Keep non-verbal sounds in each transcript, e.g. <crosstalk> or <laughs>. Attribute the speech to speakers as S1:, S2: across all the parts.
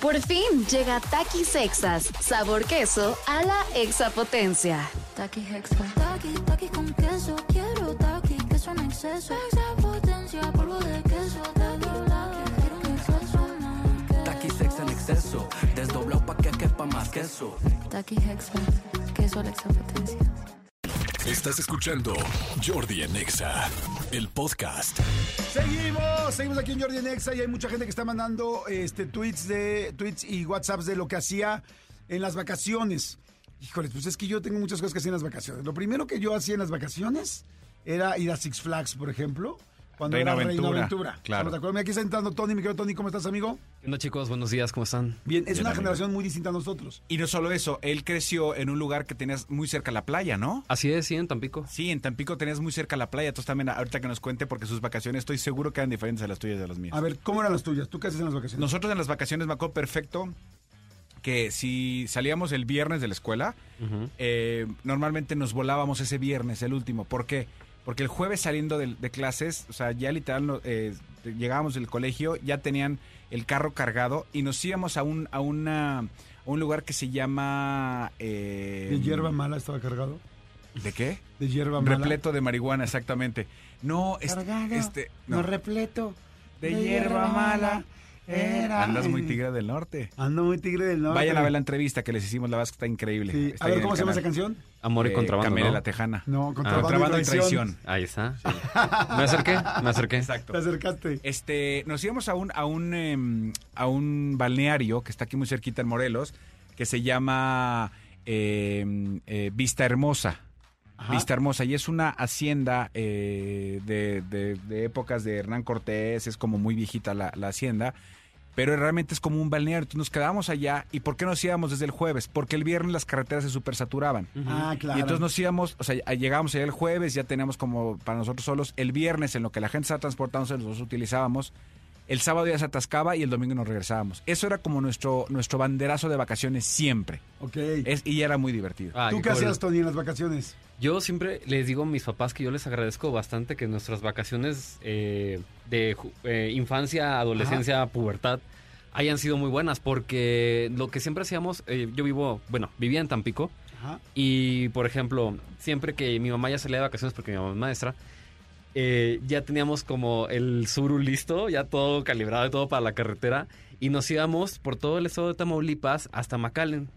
S1: Por fin llega Taqui Sexas, sabor queso a la exapotencia.
S2: Taqui Hexa. Taqui, taqui con queso. Quiero taqui, queso en exceso. Extra potencia, polvo de queso. Taqui, taqui, quiero un exceso más.
S3: Taqui sex en exceso, desdoblado pa' que quepa más queso.
S2: Taqui Hexa. Queso a la extra potencia.
S4: Estás escuchando Jordi en EXA, el podcast.
S5: Seguimos, seguimos aquí en Jordi en Exa y hay mucha gente que está mandando este tweets de tweets y WhatsApps de lo que hacía en las vacaciones. Híjoles, pues es que yo tengo muchas cosas que hacía en las vacaciones. Lo primero que yo hacía en las vacaciones era ir a Six Flags, por ejemplo, cuando
S6: Reino
S5: era Reino
S6: Aventura,
S5: Aventura.
S6: claro.
S5: ¿Estamos de acuerdo? Mira, aquí está entrando Tony, mi querido Tony, ¿cómo estás, amigo?
S7: Hola chicos, buenos días, ¿cómo están?
S5: Bien, es
S6: Bien,
S5: una
S6: amigo.
S5: generación muy distinta a nosotros.
S6: Y no solo eso, él creció en un lugar que tenías muy cerca a la playa, ¿no?
S7: Así es, sí, en Tampico.
S6: Sí, en Tampico tenías muy cerca a la playa, entonces también ahorita que nos cuente, porque sus vacaciones estoy seguro que eran diferentes a las tuyas y a las mías.
S5: A ver, ¿cómo eran las tuyas? ¿Tú qué haces en las vacaciones?
S6: Nosotros en las vacaciones me acuerdo perfecto que si salíamos el viernes de la escuela, eh, normalmente nos volábamos ese viernes, el último. ¿Por qué? Porque el jueves saliendo de, de clases, o sea, ya literal no- eh, llegábamos del colegio, ya tenían el carro cargado y nos íbamos a un, a una, a un lugar que se llama... eh,
S5: De hierba mala estaba cargado.
S6: ¿De qué?
S5: De hierba mala.
S6: Repleto de marihuana, exactamente. No, es- este... No,
S5: repleto.
S6: de hierba mala. Andas muy tigre del norte.
S5: Ando muy tigre del norte.
S6: Vayan a ver la entrevista que les hicimos, la verdad es que está increíble.
S5: Sí.
S6: Está
S5: A
S6: ahí
S5: ver,
S6: en el
S5: ¿cómo se llama esa
S6: canal.
S5: canción?
S7: Amor y
S6: Eh,
S7: contrabando,
S6: Camila
S7: ¿no?
S6: la Tejana. Ah,
S5: No, contrabando y
S6: y
S5: traición.
S6: traición.
S7: Ahí está.
S6: <laughs>
S7: sí. Me acerqué, me acerqué.
S5: Te
S6: Exacto.
S5: acercaste.
S6: Este, nos íbamos a un, a un em, a un balneario que está aquí muy cerquita en Morelos, que se llama em, eh, Vista Hermosa.
S5: Ajá.
S6: Vista Hermosa, y es una hacienda eh, de, de- de épocas de Hernán Cortés, es como muy viejita la, la hacienda, pero realmente es como un balneario. Entonces nos quedábamos allá, ¿y por qué nos íbamos desde el jueves? Porque el viernes las carreteras se supersaturaban.
S5: Ah, claro.
S6: Y entonces nos íbamos, o sea, llegábamos allá el jueves, ya teníamos como para nosotros solos. El viernes, en lo que la gente estaba transportándose, nosotros utilizábamos. El sábado ya se atascaba y el domingo nos regresábamos. Eso era como nuestro, nuestro banderazo de vacaciones siempre.
S5: Ok.
S6: Es, y era muy divertido.
S7: Ah,
S5: ¿Tú qué
S7: cool.
S5: hacías, Tony, en las vacaciones?
S7: Yo siempre les digo a mis papás que yo les agradezco bastante que nuestras vacaciones eh, de ju- eh, infancia, adolescencia, pubertad hayan sido muy buenas porque lo que siempre hacíamos, eh, yo vivo, bueno, vivía en Tampico
S5: Ajá.
S7: y por ejemplo, siempre que mi mamá ya salía de vacaciones porque mi mamá es maestra, eh, ya teníamos como el suru listo, ya todo calibrado y todo para la carretera y nos íbamos por todo el estado de Tamaulipas hasta McAllen,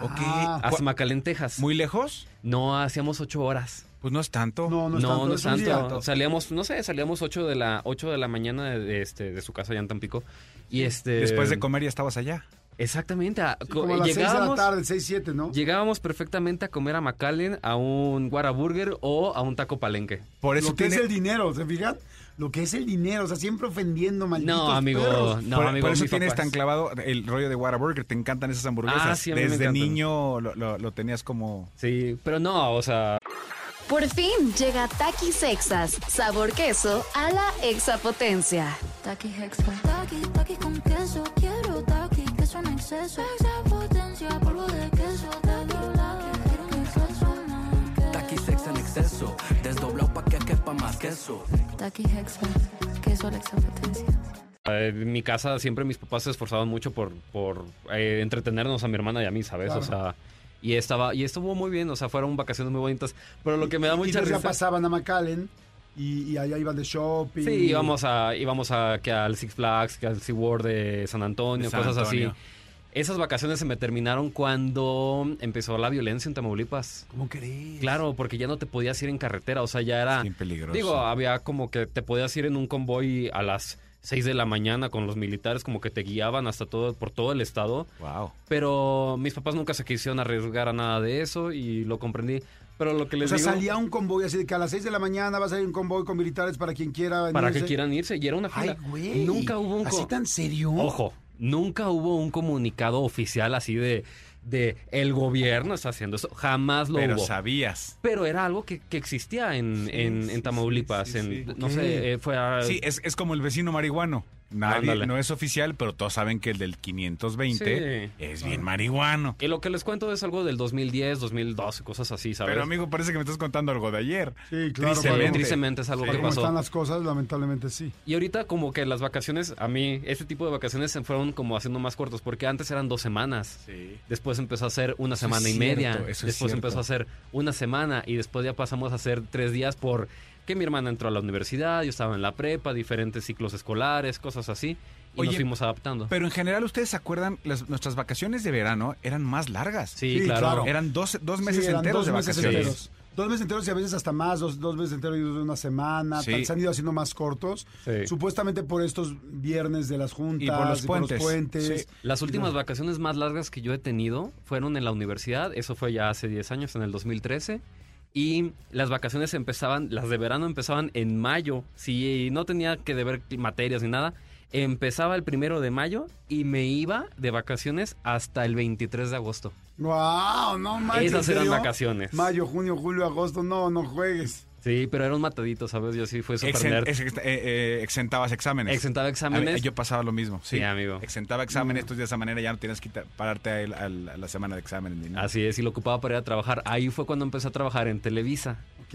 S6: Ok.
S5: Ah,
S7: hasta McAllen, Texas.
S6: ¿Muy lejos?
S7: No hacíamos ocho horas.
S6: Pues no es tanto.
S5: No, no es tanto.
S7: No, no es
S5: es un día.
S7: tanto. Salíamos, no sé, salíamos 8 de la, 8 de la mañana de, de este, de su casa allá en Tampico. Y este.
S6: Después de comer ya estabas allá.
S7: Exactamente. a-
S5: Sí,
S7: co-
S5: como a las 6 de la
S7: llegábamos,
S5: tarde, 6, 7, ¿no?
S7: llegábamos perfectamente a comer a McAllen, a un Guaraburger o a un taco palenque.
S6: Por eso
S5: Lo que
S6: tiene-
S5: es el dinero, ¿se fijan? Lo que es el dinero, o sea, siempre ofendiendo, malditos
S7: No, amigo,
S5: perros.
S7: no,
S6: por,
S7: amigo.
S6: por eso
S7: mis
S6: tienes
S7: papás.
S6: tan clavado el rollo de Whataburger. Te encantan esas hamburguesas.
S7: Ah, sí, a mí me
S6: Desde
S7: encantan.
S6: niño lo- lo- lo tenías como...
S7: Sí, pero no, o sea,
S1: Por fin llega Taqui Sexas, sabor queso a la exapotencia.
S2: Taqui Hexa. Taqui, taqui con queso. Quiero taqui, queso en exceso. Extra potencia, polvo de queso. Taqui, taqui, quiero un exceso más.
S3: Taqui sex en exceso, desdoblado pa' que quepa más queso.
S2: Taqui Hexa. Queso a la extra potencia.
S7: eh, en mi casa siempre mis papás se esforzaban mucho por, por eh, entretenernos a mi hermana y a mí, ¿sabes? O sea, y estaba, y estuvo muy bien, o sea, fueron vacaciones muy bonitas. Pero lo que me da
S5: Y
S7: mucha
S5: entonces ya
S7: risa.
S5: pasaban a McAllen y, y allá iban de shopping.
S7: Sí, íbamos a, íbamos a que al Six Flags, que al SeaWorld de San Antonio,
S6: De San
S7: cosas
S6: Antonio.
S7: así. Esas vacaciones se me terminaron cuando empezó la violencia en Tamaulipas.
S5: ¿Cómo crees?
S7: Claro, porque ya no te podías ir en carretera, o sea, ya era...
S6: Bien peligroso.
S7: Ah, Digo, había como que te podías ir en un convoy a las 6 de la mañana con los militares, como que te guiaban hasta todo, por todo el estado.
S6: wow.
S7: Pero mis papás nunca se quisieron arriesgar a nada de eso y lo comprendí. Pero lo que
S5: O
S7: les
S5: sea,
S7: digo...
S5: salía un convoy así de que a las 6 de la mañana va a salir un convoy con militares para quien quiera venirse.
S7: Para que quieran irse, y era una
S5: Ay,
S7: fila.
S5: güey.
S7: Nunca hubo un...
S5: ¿Así
S7: co-
S5: tan serio?
S7: Ojo, nunca hubo un comunicado oficial así de, de el gobierno está haciendo eso. Jamás lo
S6: Pero
S7: hubo.
S6: sabías.
S7: Pero era algo que, que existía en, en- en Tamaulipas. en, No sé, eh, fue a-
S6: Sí, es, es como el vecino marihuano. Nadie,
S7: Ándale.
S6: no es oficial, pero todos saben que el del 520
S7: Sí. Ah.
S6: es bien marihuano.
S7: Y lo que les cuento es algo del 2010, 2012, cosas así, ¿sabes?
S6: Pero amigo, parece que me estás contando algo de ayer.
S5: Sí, claro,
S7: Sí,
S6: Tristemente.
S7: tristemente es algo que
S5: ¿Cómo
S7: pasó.
S5: están las cosas? Lamentablemente sí.
S7: Y ahorita como que las vacaciones, a mí, este tipo de vacaciones se fueron como haciendo más cortos, porque antes eran dos semanas. Después empezó a ser una
S6: Eso
S7: semana
S6: es
S7: y media.
S6: cierto, eso es
S7: después
S6: cierto.
S7: empezó a ser una semana y después ya pasamos a hacer tres días por que mi hermana entró a la universidad, yo estaba en la prepa, diferentes ciclos escolares, cosas así. Y
S6: Oye,
S7: nos fuimos adaptando.
S6: Pero en general, ¿ustedes se acuerdan? Las- nuestras vacaciones de verano eran más largas.
S7: sí,
S5: sí,
S7: claro.
S5: claro.
S6: Eran dos, dos meses
S5: Sí, eran dos
S6: enteros de
S5: meses
S6: vacaciones.
S5: enteros. Dos meses enteros y a veces hasta más, dos, dos meses enteros y dos de una semana.
S6: Sí.
S5: tal, se han ido haciendo más cortos.
S7: Sí.
S5: Supuestamente por estos viernes de las juntas.
S6: Y por los puentes.
S5: puentes.
S6: Sí.
S7: Las últimas vacaciones más largas que yo he tenido fueron en la universidad, eso fue ya hace 10 años, en el 2013. Y las vacaciones empezaban, las de verano empezaban en mayo. Si no tenía que deber materias ni nada, empezaba el primero de mayo y me iba de vacaciones hasta el 23 de agosto.
S5: ¡Wow! No manches.
S7: Esas
S5: ¿en
S7: eran
S5: serio?
S7: vacaciones.
S5: Mayo, junio, julio, agosto. No, no juegues.
S7: Sí, pero era un matadito, ¿sabes? Yo sí fui super
S6: Exen-
S7: nerd.
S6: ex- eh, eh, exentabas exámenes.
S7: Exentaba
S6: A
S7: exámenes.
S6: mí- yo pasaba lo mismo. Sí,
S7: Sí, amigo.
S6: Exentaba exámenes, entonces de esa manera ya no tenías que ta- pararte a, él- a la a la semana de exámenes. ni nada.
S7: Así es, y lo ocupaba para ir a trabajar. Ahí fue cuando empecé a trabajar en Televisa.
S5: Ok,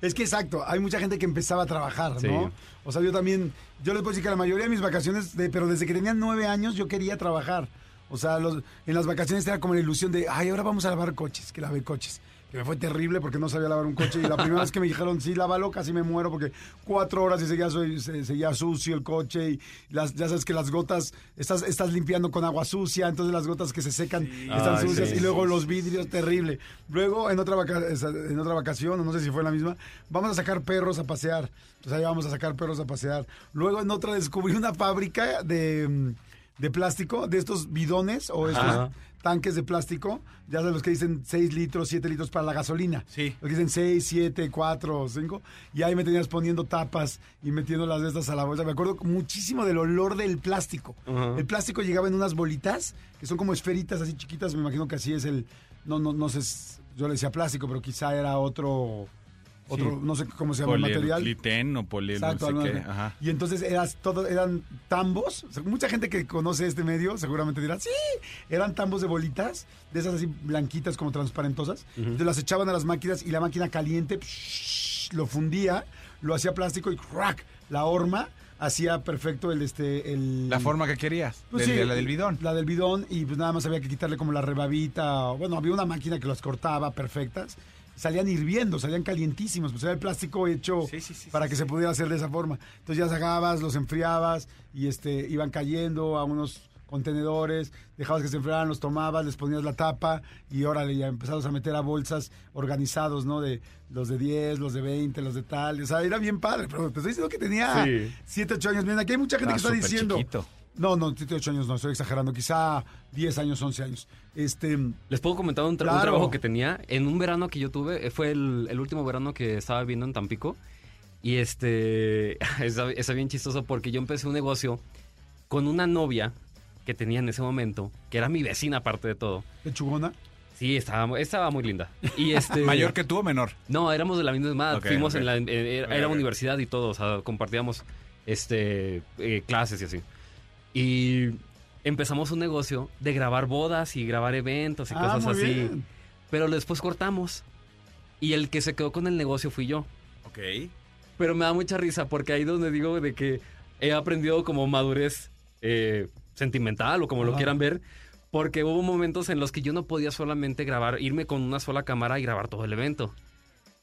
S5: es que exacto, hay mucha gente que empezaba a trabajar,
S7: Sí.
S5: ¿no? O sea, yo también, yo les puedo decir que la mayoría de mis vacaciones, de- pero desde que tenía nueve años yo quería trabajar. O sea, los- en las vacaciones era como la ilusión de, ay, ahora vamos a lavar coches, que lavé coches. Que me fue terrible porque no sabía lavar un coche y la primera vez que me dijeron, sí, lávalo, casi me muero porque cuatro horas y seguía, su- se- seguía sucio el coche y las, ya sabes que las gotas, estás, estás limpiando con agua sucia, entonces las gotas que se secan están
S7: Ay,
S5: sucias
S7: sí,
S5: y luego
S7: sí,
S5: con los vidrios, terrible. Luego, en otra, vaca- esa- en otra vacación, o no sé si fue la misma, vamos a sacar perros a pasear. Entonces ahí vamos a sacar perros a pasear. Luego, en otra, descubrí una fábrica de, mm, de plástico, de estos bidones o estos
S7: Ajá.
S5: tanques de plástico, ya de los que dicen 6 litros, 7 litros para la gasolina.
S6: Sí.
S5: Los que dicen 6, 7, 4, 5. Y ahí me tenías poniendo tapas y metiendo las de estas a la bolsa. Me acuerdo muchísimo del olor del plástico.
S7: Ajá.
S5: El plástico llegaba en unas bolitas que son como esferitas así chiquitas. Me imagino que así es el. No, no, no sé. s- Yo le decía plástico, pero quizá era otro. Otro, no sé cómo se llama el material.
S6: Polilitén o polil,
S5: Exacto,
S6: no sé
S5: alguna
S6: qué.
S5: cosa.
S6: Ajá.
S5: Y entonces eras todo, eran tambos. O sea, mucha gente que conoce este medio seguramente dirá, sí, eran tambos de bolitas, de esas así blanquitas como transparentosas. Entonces las echaban a las máquinas y la máquina caliente psh, lo fundía, lo hacía plástico y crack, la horma hacía perfecto el este el
S6: La forma que querías,
S5: pues
S6: del-
S5: sí,
S6: de la del bidón.
S5: La del bidón y pues nada más había que quitarle como la rebabita. o- Bueno, había una máquina que las cortaba perfectas. Salían hirviendo, salían calientísimos. Pues era el plástico hecho
S6: Sí, sí, sí,
S5: para
S6: sí,
S5: que
S6: sí.
S5: se pudiera hacer de esa forma. Entonces ya sacabas, los enfriabas y este iban cayendo a unos contenedores, dejabas que se enfriaran, los tomabas, les ponías la tapa y órale, ya empezabas a meter a bolsas organizados, ¿no? De los de 10, los de 20, los de tal. O sea, era bien padre, pero te estoy diciendo que tenía
S7: Sí.
S5: 7, 8 años. Miren, aquí hay mucha gente
S6: Ah,
S5: que está
S6: súper
S5: diciendo...
S6: chiquito.
S5: No, no, 38 años no, estoy exagerando, quizá 10 años, 11 años. Este,
S7: Les puedo comentar un, tra- un
S5: Claro.
S7: trabajo que tenía en un verano que yo tuve. eh, Fue el, el último verano que estaba viviendo en Tampico. Y este. <laughs> Está, está bien chistoso porque yo empecé un negocio con una novia que tenía en ese momento, que era mi vecina, aparte de todo.
S5: de Chugona.
S7: Sí, estaba, mu- estaba muy linda.
S6: <laughs>
S7: Y este.
S6: ¿Mayor que tú o menor?
S7: No, éramos de la misma edad.
S6: Ok,
S7: Fuimos
S6: ok.
S7: en la. en- era
S6: Ok,
S7: era
S6: ok.
S7: universidad y todo. O sea, compartíamos este, eh, clases y así. Y empezamos un negocio de grabar bodas y grabar eventos y
S5: Ah,
S7: cosas
S5: muy
S7: así.
S5: bien.
S7: Pero después cortamos. Y el que se quedó con el negocio fui yo.
S6: Ok.
S7: Pero me da mucha risa porque ahí donde digo de que he aprendido como madurez eh, sentimental o como lo
S5: Ajá.
S7: quieran ver. Porque hubo momentos en los que yo no podía solamente grabar, irme con una sola cámara y grabar todo el evento.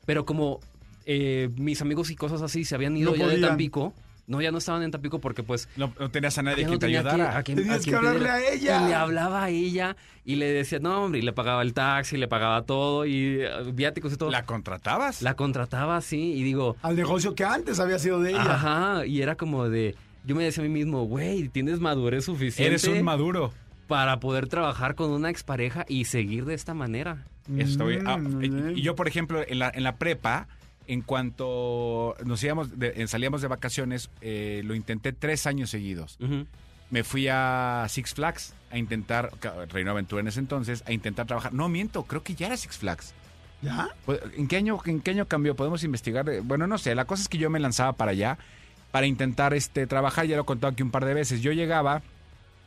S7: Pero como eh, mis amigos y cosas así se habían ido
S5: No
S7: ya de
S5: podían.
S7: Tampico, no, ya no estaban en Tampico porque pues
S6: No, no tenías a nadie
S7: ya
S6: que
S7: no
S6: te
S7: tenía
S6: ayudara.
S7: que- a quien-
S5: Tenías
S7: a quien
S5: que hablarle
S7: pidiera.
S5: a ella.
S7: Y le hablaba a ella y le decía, no, hombre, y le pagaba el taxi, le pagaba todo y eh, viáticos y todo.
S6: ¿La contratabas?
S7: La contrataba así y digo,
S5: Al negocio que antes había sido de ella.
S7: Ajá, y era como de. Yo me decía a mí mismo, güey, tienes madurez suficiente
S6: Eres un maduro.
S7: para poder trabajar con una expareja y seguir de esta manera.
S6: Eso está bien. Ah,
S5: Mm,
S6: eh,
S5: bien.
S6: y yo, por ejemplo, en la, en la prepa, en cuanto nos íbamos de- eh, salíamos de vacaciones, eh, lo intenté tres años seguidos.
S7: Ujú.
S6: Me fui a Six Flags a intentar, ca- Reino Aventura en ese entonces, a intentar trabajar. No miento, creo que ya era Six Flags.
S5: ¿Ya?
S6: Pues, ¿En qué año, en qué año cambió? Podemos investigar. Eh, Bueno, no sé. La cosa es que yo me lanzaba para allá para intentar este, trabajar. Ya lo he contado aquí un par de veces. Yo llegaba,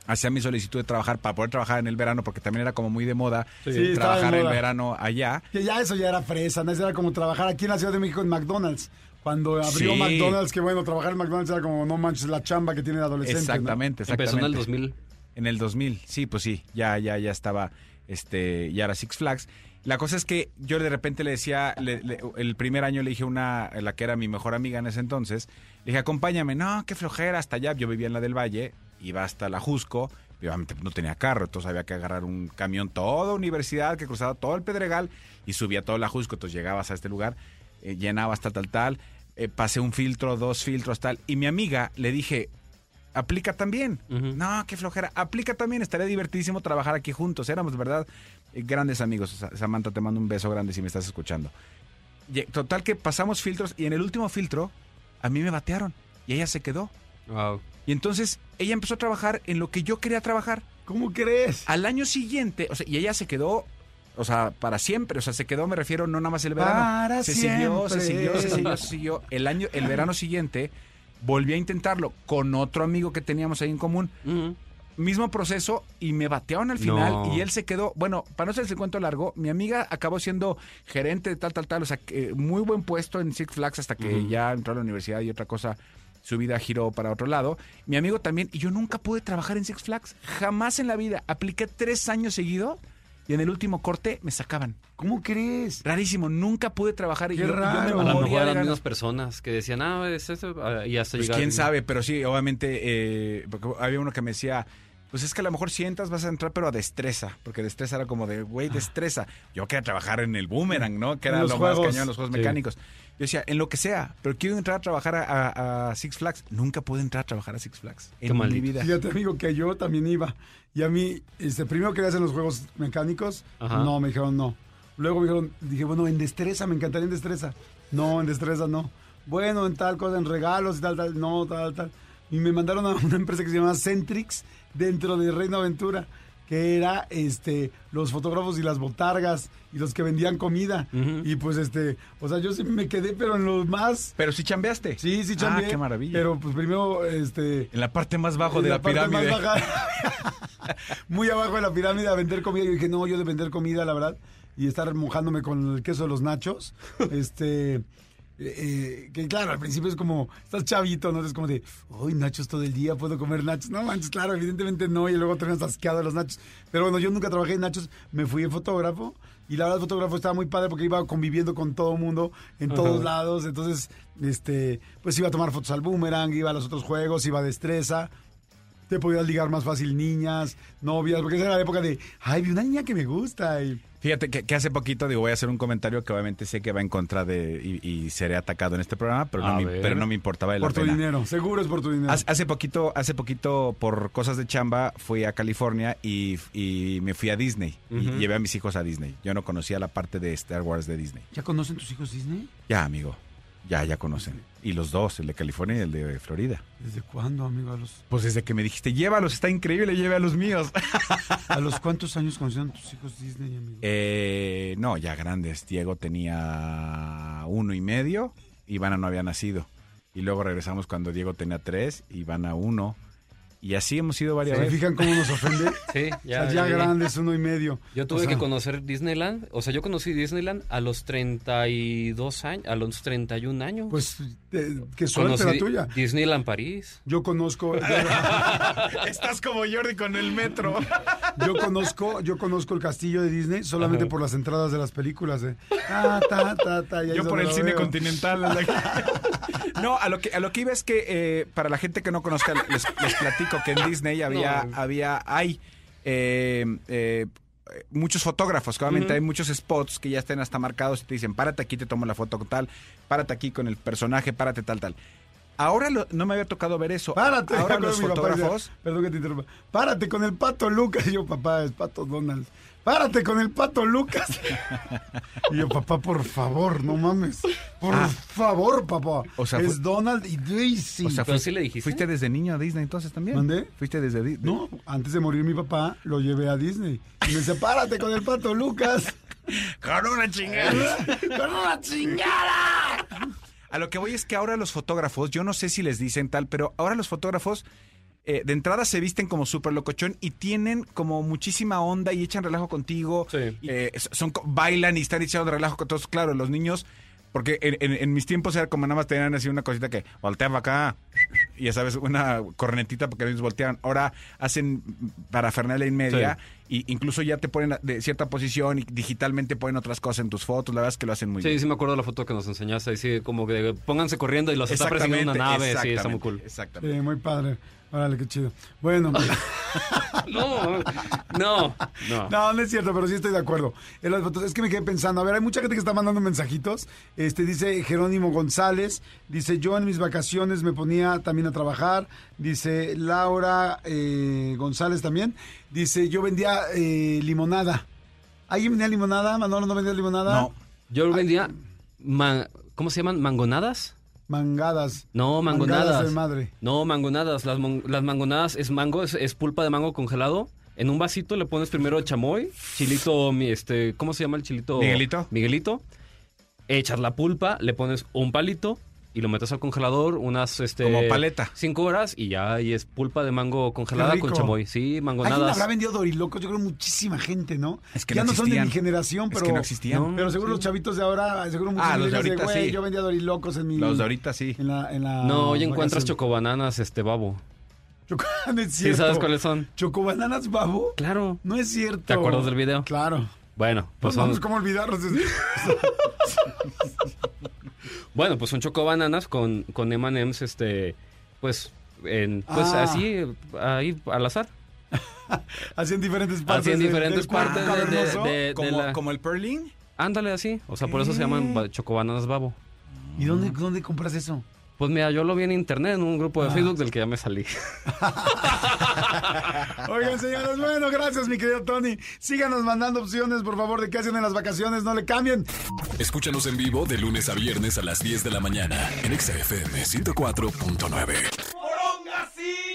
S6: hacía mi solicitud de trabajar para poder trabajar en el verano, porque también era como muy de moda
S5: Sí, estaba de
S6: trabajar en
S5: moda.
S6: verano allá.
S5: Que ya eso ya era fresa, ¿no? Eso era como trabajar aquí en la Ciudad de México en McDonald's. Cuando abrió
S6: Sí.
S5: McDonald's, que bueno, trabajar en McDonald's era como, no manches, la chamba que tiene el adolescente. ¿no?
S6: Exactamente, exactamente.
S7: Empezó en el 2000.
S6: En el 2000, sí, pues sí, ya, ya, ya estaba, este, ya era Six Flags. La cosa es que yo de repente le decía, le- le- el primer año le dije a una, la que era mi mejor amiga en ese entonces, le dije, acompáñame, no, qué flojera, hasta allá, yo vivía en la del Valle, iba hasta la Jusco, y obviamente no tenía carro, entonces había que agarrar un camión toda universidad, que cruzaba todo el Pedregal y subía todo la Jusco, entonces llegabas a este lugar, eh, llenabas tal, tal, tal, eh, pasé un filtro, dos filtros, tal, y mi amiga le dije, aplica también.
S7: Ujú.
S6: No, qué flojera. Aplica también. Estaría divertidísimo trabajar aquí juntos. Éramos, de verdad, eh, grandes amigos. Sa- Samantha, te mando un beso grande si me estás escuchando. Ye- Total que pasamos filtros y en el último filtro a mí me batearon y ella se quedó.
S7: Wow.
S6: Y entonces ella empezó a trabajar en lo que yo quería trabajar.
S5: ¿Cómo crees?
S6: Al año siguiente, o sea, y ella se quedó, o sea, para siempre. O sea, se quedó, me refiero, no nada más el verano.
S5: Para
S6: se siguió, se
S5: siempre.
S6: siguió, se siguió, se siguió. El año, el verano siguiente, volví a intentarlo con otro amigo que teníamos ahí en común
S7: Ujú.
S6: mismo proceso y me batearon al final
S7: No.
S6: y él se quedó, bueno, para no hacerse el cuento largo, mi amiga acabó siendo gerente de tal, tal, tal, o sea, que, eh, muy buen puesto en Six Flags hasta que
S7: Ujú.
S6: ya entró a la universidad y otra cosa, su vida giró para otro lado. Mi amigo también, y yo nunca pude trabajar en Six Flags, jamás en la vida. Apliqué tres años seguidos y en el último corte me sacaban.
S5: ¿Cómo crees?
S6: Rarísimo, nunca pude trabajar y
S5: Qué
S6: yo, y yo me
S5: raro.
S7: A
S6: moría
S7: lo mejor
S6: de
S7: eran las
S6: ganas.
S7: mismas personas que decían, ah, es esto, ah, y hasta
S6: Pues
S7: llegar.
S6: quién sabe, pero sí, obviamente, eh, porque había uno que me decía, pues es que a lo mejor sientas, vas a entrar, pero a destreza, porque destreza era como de, güey, destreza. Yo quería trabajar en el boomerang, ¿no?
S5: Ah.
S6: Que
S5: En
S6: era lo
S5: los
S6: más
S5: juegos.
S6: cañón en los juegos
S7: Sí.
S6: mecánicos. Yo decía, en lo que sea, pero quiero entrar a trabajar a, a- a Six Flags. Nunca pude entrar a trabajar a Six Flags en mi
S7: maldito.
S6: vida.
S5: Fíjate, amigo, que yo también iba. Y a mí, este, primero quería hacer los juegos mecánicos.
S7: Ajá.
S5: No, me dijeron no. Luego me dijeron, dije, bueno, en destreza, me encantaría en destreza. No, en destreza no. Bueno, en tal cosa, en regalos y tal, tal, no, tal, tal. Y me mandaron a una empresa que se llama Centrix dentro de Reino Aventura, que era este, los fotógrafos y las botargas y los que vendían comida.
S7: Ujú.
S5: Y pues, este, o sea, yo sí me quedé, pero en lo más.
S6: Pero sí chambeaste.
S5: Sí, sí,
S6: Ah,
S5: chambeé,
S6: qué maravilla.
S5: Pero pues primero, este.
S6: en la parte más bajo
S5: En
S6: de la,
S5: parte más
S6: pirámide.
S5: baja. <laughs> Muy abajo de la pirámide a vender comida. Yo dije, no, yo de vender comida, la verdad. Y estar mojándome con el queso de los
S6: <laughs>
S5: nachos. Este. eh, eh, que claro, al principio es como, estás chavito, ¿no? Es como de, hoy nachos todo el día, puedo comer nachos. No manches, claro, evidentemente no. Y luego terminas asqueado de los nachos. Pero bueno, yo nunca trabajé en nachos, me fui de fotógrafo. Y la verdad, el fotógrafo estaba muy padre porque iba conviviendo con todo el mundo en todos lados. Entonces, este, pues iba a tomar fotos al boomerang, iba a los otros juegos, iba a destreza te podías ligar más fácil niñas, novias, porque esa era la época de, ay, vi una niña que me gusta. Y,
S6: <laughs> Fíjate que, que hace poquito, digo, voy a hacer un comentario que obviamente sé que va en contra de y, y seré atacado en este programa, pero,
S7: A
S6: no me,
S7: ver.
S6: pero no me importaba de la
S5: por tu
S6: pena.
S5: dinero, seguro es por tu dinero.
S6: Hace, hace poquito, hace poquito, por cosas de chamba, fui a California y, y me fui a Disney.
S7: Ujú.
S6: Y llevé a mis hijos a Disney. Yo no conocía la parte de Star Wars de Disney.
S5: ¿Ya conocen tus hijos Disney?
S6: Ya, amigo. Ya, ya conocen. Y los dos, el de California y el de Florida.
S5: ¿Desde cuándo, amigo? ¿A
S6: <laughs>
S5: los,
S6: Pues desde que me dijiste, llévalos, está increíble, llevé a los míos. <laughs>
S5: a los cuántos años conocieron tus hijos Disney, amigo?
S6: Eh, no, ya grandes. Diego tenía uno y medio, Ivana no había nacido. Y luego regresamos cuando Diego tenía tres, Ivana uno. Y así hemos ido varias
S5: ¿Se
S6: veces. <laughs>
S5: fijan cómo nos ofende?
S7: Sí,
S5: ya,
S7: ya.
S5: ya
S7: ya.
S5: grandes, uno y medio.
S7: Yo tuve
S5: O sea,
S7: que conocer Disneyland, o sea, yo conocí Disneyland a los 32 años, a los 31 años.
S5: Pues, eh, qué suerte
S7: Conocí
S5: la tuya.
S7: Disneyland París.
S5: Yo conozco,
S6: <laughs> Estás como Jordi con el metro.
S5: yo conozco, yo conozco el castillo de Disney solamente
S7: Ajá.
S5: por las entradas de las películas. eh. Ta, ta, ta, ta, y ahí es
S6: Yo por
S5: donde
S6: el
S5: lo
S6: cine
S5: veo.
S6: continental. a la- <laughs> No, a lo que a lo que iba es que eh, para la gente que no conozca les, les platico que en Disney había
S7: No.
S6: había hay eh, eh, muchos fotógrafos, que obviamente
S7: Ujú.
S6: hay muchos spots que ya están hasta marcados y te dicen, párate aquí, te tomo la foto con tal, párate aquí con el personaje, párate tal, tal. Ahora lo- no me había tocado ver eso.
S5: Párate, me <laughs>
S6: Ahora
S5: acuerdo
S6: los
S5: de mi papá,
S6: fotógrafos...
S5: decía, perdón que te interrumpa. Párate con el pato Lucas. Y yo, papá, es pato Donald. Párate con el pato Lucas. y yo, papá, por favor, no mames. Por
S6: Ah.
S5: favor, papá.
S6: O sea,
S5: es
S6: fue-
S5: Donald y Daisy.
S6: O sea,
S7: Pero
S6: fuiste,
S7: sí le dijiste.
S6: fuiste desde niño a Disney entonces también.
S5: ¿Mandé?
S6: Fuiste desde Disney.
S5: no, antes de morir mi papá, lo llevé a Disney. Y me dice, párate con el pato
S6: <laughs>
S5: Lucas. ¿Eh?
S6: Con una chingada.
S5: ¡Con una chingada!
S6: A lo que voy es que ahora los fotógrafos, yo no sé si les dicen tal, pero ahora los fotógrafos eh, de entrada se visten como súper locochón y tienen como muchísima onda y echan relajo contigo.
S7: Sí.
S6: Eh, son, co- bailan y están echando relajo con todos. Claro, los niños, porque en, en- en mis tiempos era como nada más tenían así una cosita que volteaba acá. Y ya sabes, una cornetita porque ellos volteaban. Ahora hacen parafernalia en media y incluso ya te ponen de cierta posición y digitalmente ponen otras cosas en tus fotos. La verdad es que lo hacen muy bien.
S7: Sí, sí me acuerdo de la foto que nos enseñaste. Ahí sí, como que de, pónganse corriendo y los está persiguiendo una nave. Sí, está muy
S6: exactamente,
S7: cool.
S5: Sí,
S6: Exactamente.
S5: Eh, muy padre. Órale, qué chido. Bueno, pues,
S7: No, <laughs> no, no.
S6: <laughs>
S5: no, no es cierto, pero sí estoy de acuerdo. En las fotos, es que me quedé pensando. A ver, hay mucha gente que está mandando mensajitos. Este dice Jerónimo González. Dice yo en mis vacaciones me ponía también a trabajar. Dice Laura eh, González también. Dice yo vendía eh, limonada. ¿Alguien vendía limonada? Manolo no vendía limonada.
S6: No.
S7: Yo vendía. man- ¿Cómo se llaman? ¿Mangonadas?
S5: Mangadas.
S7: No, mangonadas.
S5: Mangadas de madre.
S7: No, mangonadas. Las, mon- las mangonadas es mango, es, es pulpa de mango congelado. En un vasito le pones primero chamoy, chilito, mi, este, ¿cómo se llama el chilito?
S6: Miguelito.
S7: Miguelito. Echas la pulpa, le pones un palito y lo metes al congelador unas, este...
S6: Como paleta.
S7: Cinco horas y ya ahí es pulpa de mango
S5: Qué
S7: congelada
S5: rico.
S7: con chamoy. Sí,
S5: ¿Alguien
S7: mangonadas.
S5: habrá vendido dorilocos? Yo creo muchísima gente, ¿no?
S6: Es que
S5: ya
S6: no
S5: no, son de
S6: existían.
S5: mi generación,
S6: Es
S5: pero.
S6: que no existían.
S5: Pero seguro los chavitos de ahora, seguro muchos
S6: Ah, los de
S5: millennials
S6: ahorita
S5: güey,
S6: sí.
S5: Yo vendía dorilocos en mi.
S6: Los de ahorita sí.
S5: En la, en la
S7: No, hoy encuentras
S5: vacación.
S7: chocobananas, este, babo.
S5: Choco- <laughs> no es
S7: ¿Sí
S5: cierto.
S7: sabes cuáles son?
S5: ¿Chocobananas babo?
S7: Claro.
S5: No es cierto.
S7: ¿Te acuerdas del video?
S5: Claro.
S7: Bueno,
S5: Pues
S7: pues
S5: vamos,
S7: son,
S5: ¿cómo olvidarlos?
S7: Bueno, pues son chocobananas con, con M&M's, este, pues, en, pues
S5: Ah.
S7: así, ahí al azar.
S5: <laughs> Así en diferentes partes.
S7: en
S5: de-
S7: diferentes
S5: del cuerpo
S7: partes de- de-
S5: cavernoso.
S7: Eh, de- de
S6: como,
S7: la-
S6: como el Perling.
S7: Ándale así, o sea, por eso se
S5: ¿Qué?
S7: llaman ba- chocobananas babo.
S5: ¿Y dónde, dónde compras eso?
S7: Pues mira, yo lo vi en internet, en un grupo de Facebook del que ya me salí.
S5: Oigan, señores, bueno, gracias, mi querido Tony. Síganos mandando opciones, por favor, de qué hacen en las vacaciones. No le cambien.
S4: Escúchanos en vivo de lunes a viernes a las 10 de la mañana en Exa FM 104.9.
S3: ¡Poronga sí!